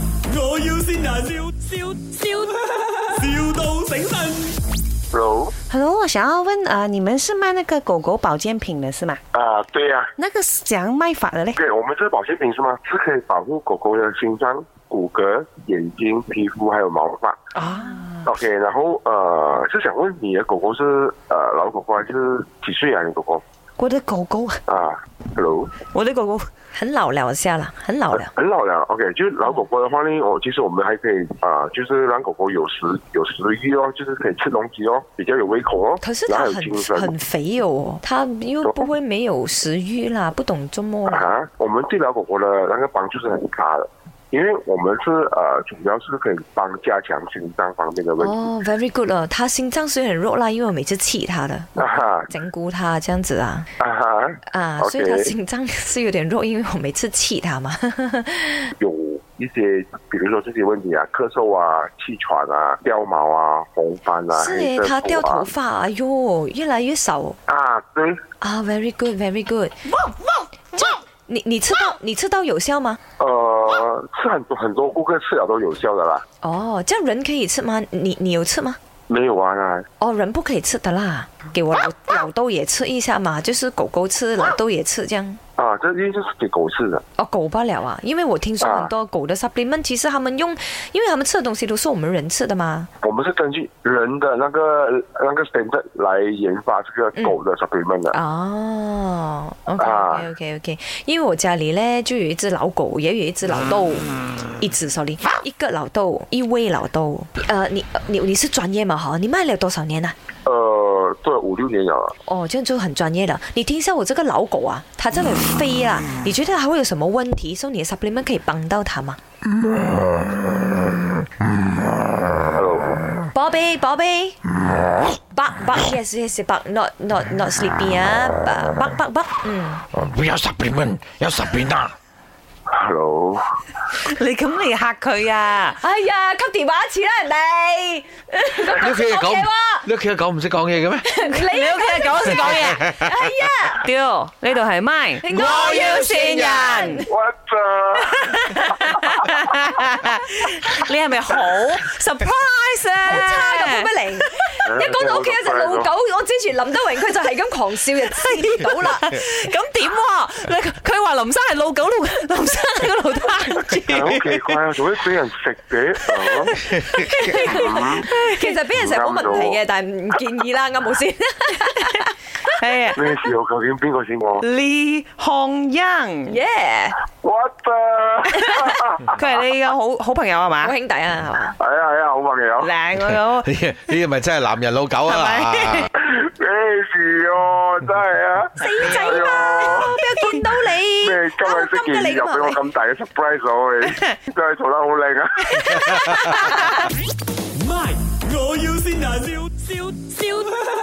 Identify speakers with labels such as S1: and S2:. S1: 要先人，笑笑笑，,笑到醒神。
S2: Hello，
S3: Hello，我想要问啊、呃你们是卖那个狗狗保健品的是吗？
S2: 啊、对呀、
S3: 那个是怎样卖法的嘞？
S2: 对，我们这保健品是吗？是可以保护狗狗的心脏、骨骼、眼睛、皮肤还有毛发。
S3: 啊，
S2: OK，然后呃，是想问你的狗狗是呃老狗狗还是几岁啊？你狗狗
S3: 我的狗狗，
S2: 啊，Hello，
S3: 我的狗狗，
S4: 很老了下了，很老了。
S2: 很老了。OK，就是老狗狗的话呢，我其实我们还可以啊、就是让狗狗有食有食欲哦，就是可以吃东西哦，比较有胃口哦，
S4: 可是
S2: 然
S4: 它
S2: 后有
S4: 很
S2: 精神
S4: 很肥哦，它又不会没有食欲啦，不懂怎么啦。
S2: 啊，我们对老狗狗的那个帮助是很大的，因为我们是呃，主要是可以帮加强心脏方面的问题。
S4: 哦，very good 了。它心脏虽然很弱啦，因为我每次气它的，
S2: 啊哈
S4: 整蛊它这样子啊
S2: 啊哈，
S4: 啊
S2: OK
S4: 所以它心脏是有点弱，因为我每次气它嘛。
S2: 有一些，比如说这些问题啊，咳嗽啊、气喘啊、掉毛啊、红斑啊，
S4: 是
S2: 黑
S4: 诶，
S2: 色
S4: 它
S2: 头
S4: 掉头
S2: 啊
S4: 发，哎呦，越来越少
S2: 啊，对，
S4: 啊，very good，very good。这你你吃到你吃到有效吗？
S2: 呃，是很多很多顾客吃了都有效的啦，
S4: 哦，这样人可以吃吗？你你有吃吗？
S2: 没有啊，那
S4: 哦，人不可以吃的啦，给我老老豆也吃一下嘛，就是狗狗吃，老豆也吃这样。
S2: 啊，这因为就是给狗吃的
S4: 哦，狗不了啊，因为我听说
S2: 啊
S4: 很多狗的 supplement，其实他们用，因为他们吃的东西都是我们人吃的嘛。
S2: 我们是根据人的那个那个 standard 来研发这个狗
S4: 嗯
S2: 的 supplement 的。
S4: 哦，OK
S2: 啊
S4: OK OK OK，因为我家里呢就有一只老狗，也有一只老豆，一只 sorry，一个老豆，一位老豆。呃，你呃你你是专业嘛？哈，你卖了多少年了、啊
S2: 呃，做了五六年了，
S4: 哦，这样就很专业了。你听一下我这个老狗啊，它真的飞啦，你觉得它会有什么问题？所以你的 supplement 可以帮到它吗？
S2: 呃，
S4: 宝贝，宝贝，巴巴，yes yes，巴，not not not sleepy 啊，巴巴巴巴，嗯，
S5: 呃不要 supplement，要 Sabrina。
S2: Hello，
S3: 你咁嚟吓佢啊？
S4: 哎呀，吸電話一次啦，人哋，
S5: 你屋企嘅狗
S4: 講嘢喎，
S5: 你屋企嘅狗唔識講嘢嘅咩？
S4: 你
S3: 你屋企嘅狗識講嘢啊？
S4: 哎呀，
S3: 屌，呢度係咪？
S4: 我要善人
S2: 我的，
S3: 你係咪好 surprise 啊？
S4: 差咁冇乜嚟。
S2: 哎
S4: 一講到屋企有 隻老狗，我之前林德榮佢就係咁狂笑，就知到啦。
S3: 咁點喎？你佢話林生係老狗，老林生喺嗰度攤
S2: 係
S3: 住。
S2: 好奇怪啊，做咩俾人食嘅？呃
S4: 其實俾人成日冇問題嘅，但係唔建議啦，啱冇先。
S3: 係啊，
S2: 咩事？我究竟邊個請我？
S3: 李漢英，
S4: Yeah，
S2: 我 的，
S3: 佢係你嘅好好朋友係嘛
S4: 好？兄弟啊，係嘛？
S2: 係啊係啊，好朋友，
S3: 靚嗰個
S5: 呢
S4: 啊
S5: 啲呢啲咪真係男人老狗啊！
S3: 係
S2: 咩事哦？真係啊，
S4: 死仔
S2: 哎呦
S4: 嘛，邊有見到你？
S2: 咩今日
S4: 勾
S2: 星
S4: 金嘅
S2: 期
S4: 你
S2: 二又俾我
S4: 嘛？
S2: 咁大嘅 surprise 我，你真係做得好靚啊！
S1: 咪，我要先人，笑笑笑，,